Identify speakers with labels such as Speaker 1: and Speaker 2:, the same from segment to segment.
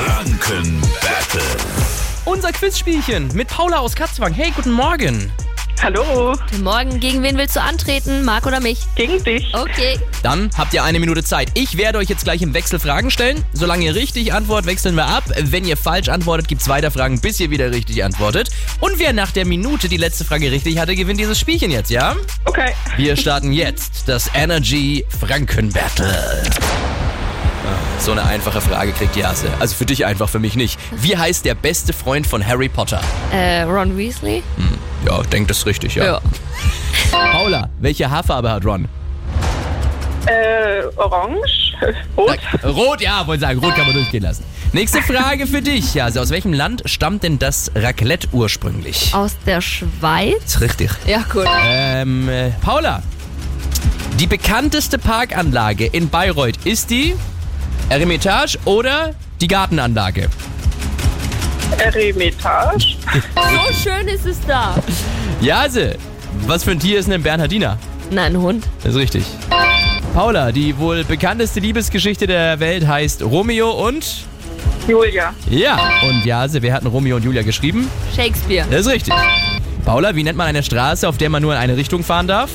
Speaker 1: Franken Battle.
Speaker 2: Unser Quizspielchen mit Paula aus Katzwang. Hey, guten Morgen.
Speaker 3: Hallo,
Speaker 4: Guten Morgen, gegen wen willst du antreten? Marc oder mich?
Speaker 3: gegen dich.
Speaker 4: Okay.
Speaker 2: Dann habt ihr eine Minute Zeit. Ich werde euch jetzt gleich im Wechsel Fragen stellen. Solange ihr richtig antwortet, wechseln wir ab. Wenn ihr falsch antwortet, gibt's weiter Fragen, bis ihr wieder richtig antwortet. Und wer nach der Minute die letzte Frage richtig hatte, gewinnt dieses Spielchen jetzt, ja?
Speaker 3: Okay.
Speaker 2: Wir starten jetzt das Energy Franken Battle. Ah, So eine einfache Frage kriegt die Hasse. Also für dich einfach, für mich nicht. Wie heißt der beste Freund von Harry Potter?
Speaker 4: Äh, Ron Weasley?
Speaker 2: Ja, denkt das richtig, ja. Paula, welche Haarfarbe hat Ron?
Speaker 3: Äh, orange, äh, rot,
Speaker 2: Rot, ja, wollte sagen, rot kann man durchgehen lassen. Nächste Frage für dich. Ja, also aus welchem Land stammt denn das Raclette ursprünglich?
Speaker 4: Aus der Schweiz?
Speaker 2: Ist richtig.
Speaker 4: Ja, gut.
Speaker 2: Ähm, äh, Paula, die bekannteste Parkanlage in Bayreuth ist die Eremitage oder die Gartenanlage?
Speaker 3: Remetage,
Speaker 4: So schön ist es da.
Speaker 2: Jase, also, was für ein Tier ist denn ein Bernhardiner?
Speaker 4: Nein, Hund.
Speaker 2: Das ist richtig. Paula, die wohl bekannteste Liebesgeschichte der Welt heißt Romeo und...
Speaker 3: Julia,
Speaker 2: Ja, und Jase, wer hatten Romeo und Julia geschrieben?
Speaker 4: Shakespeare.
Speaker 2: Das ist richtig. Paula, wie nennt man eine Straße, auf der man nur in eine Richtung fahren darf?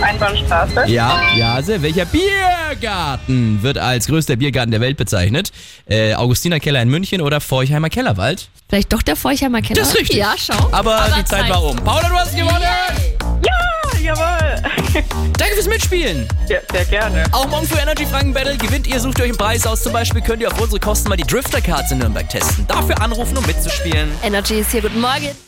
Speaker 3: Einbahnstraße,
Speaker 2: Ja, Jase, welcher Biergarten wird als größter Biergarten der Welt bezeichnet? Äh, Augustiner Keller in München oder Forchheimer Kellerwald?
Speaker 4: Vielleicht doch der Feuchheimer Keller.
Speaker 2: Das ist richtig.
Speaker 4: Ja, schau.
Speaker 2: Aber, die Zeit
Speaker 4: zeig.
Speaker 2: war um. Paula, du hast gewonnen!
Speaker 3: Ah, jawohl.
Speaker 2: Danke fürs Mitspielen!
Speaker 3: Ja, sehr gerne.
Speaker 2: Auch morgen für Energy Franken Battle gewinnt ihr, sucht euch einen Preis aus. Zum Beispiel könnt ihr auf unsere Kosten mal die Drifter Cards in Nürnberg testen. Dafür anrufen, um mitzuspielen.
Speaker 4: Energy ist hier. Guten Morgen.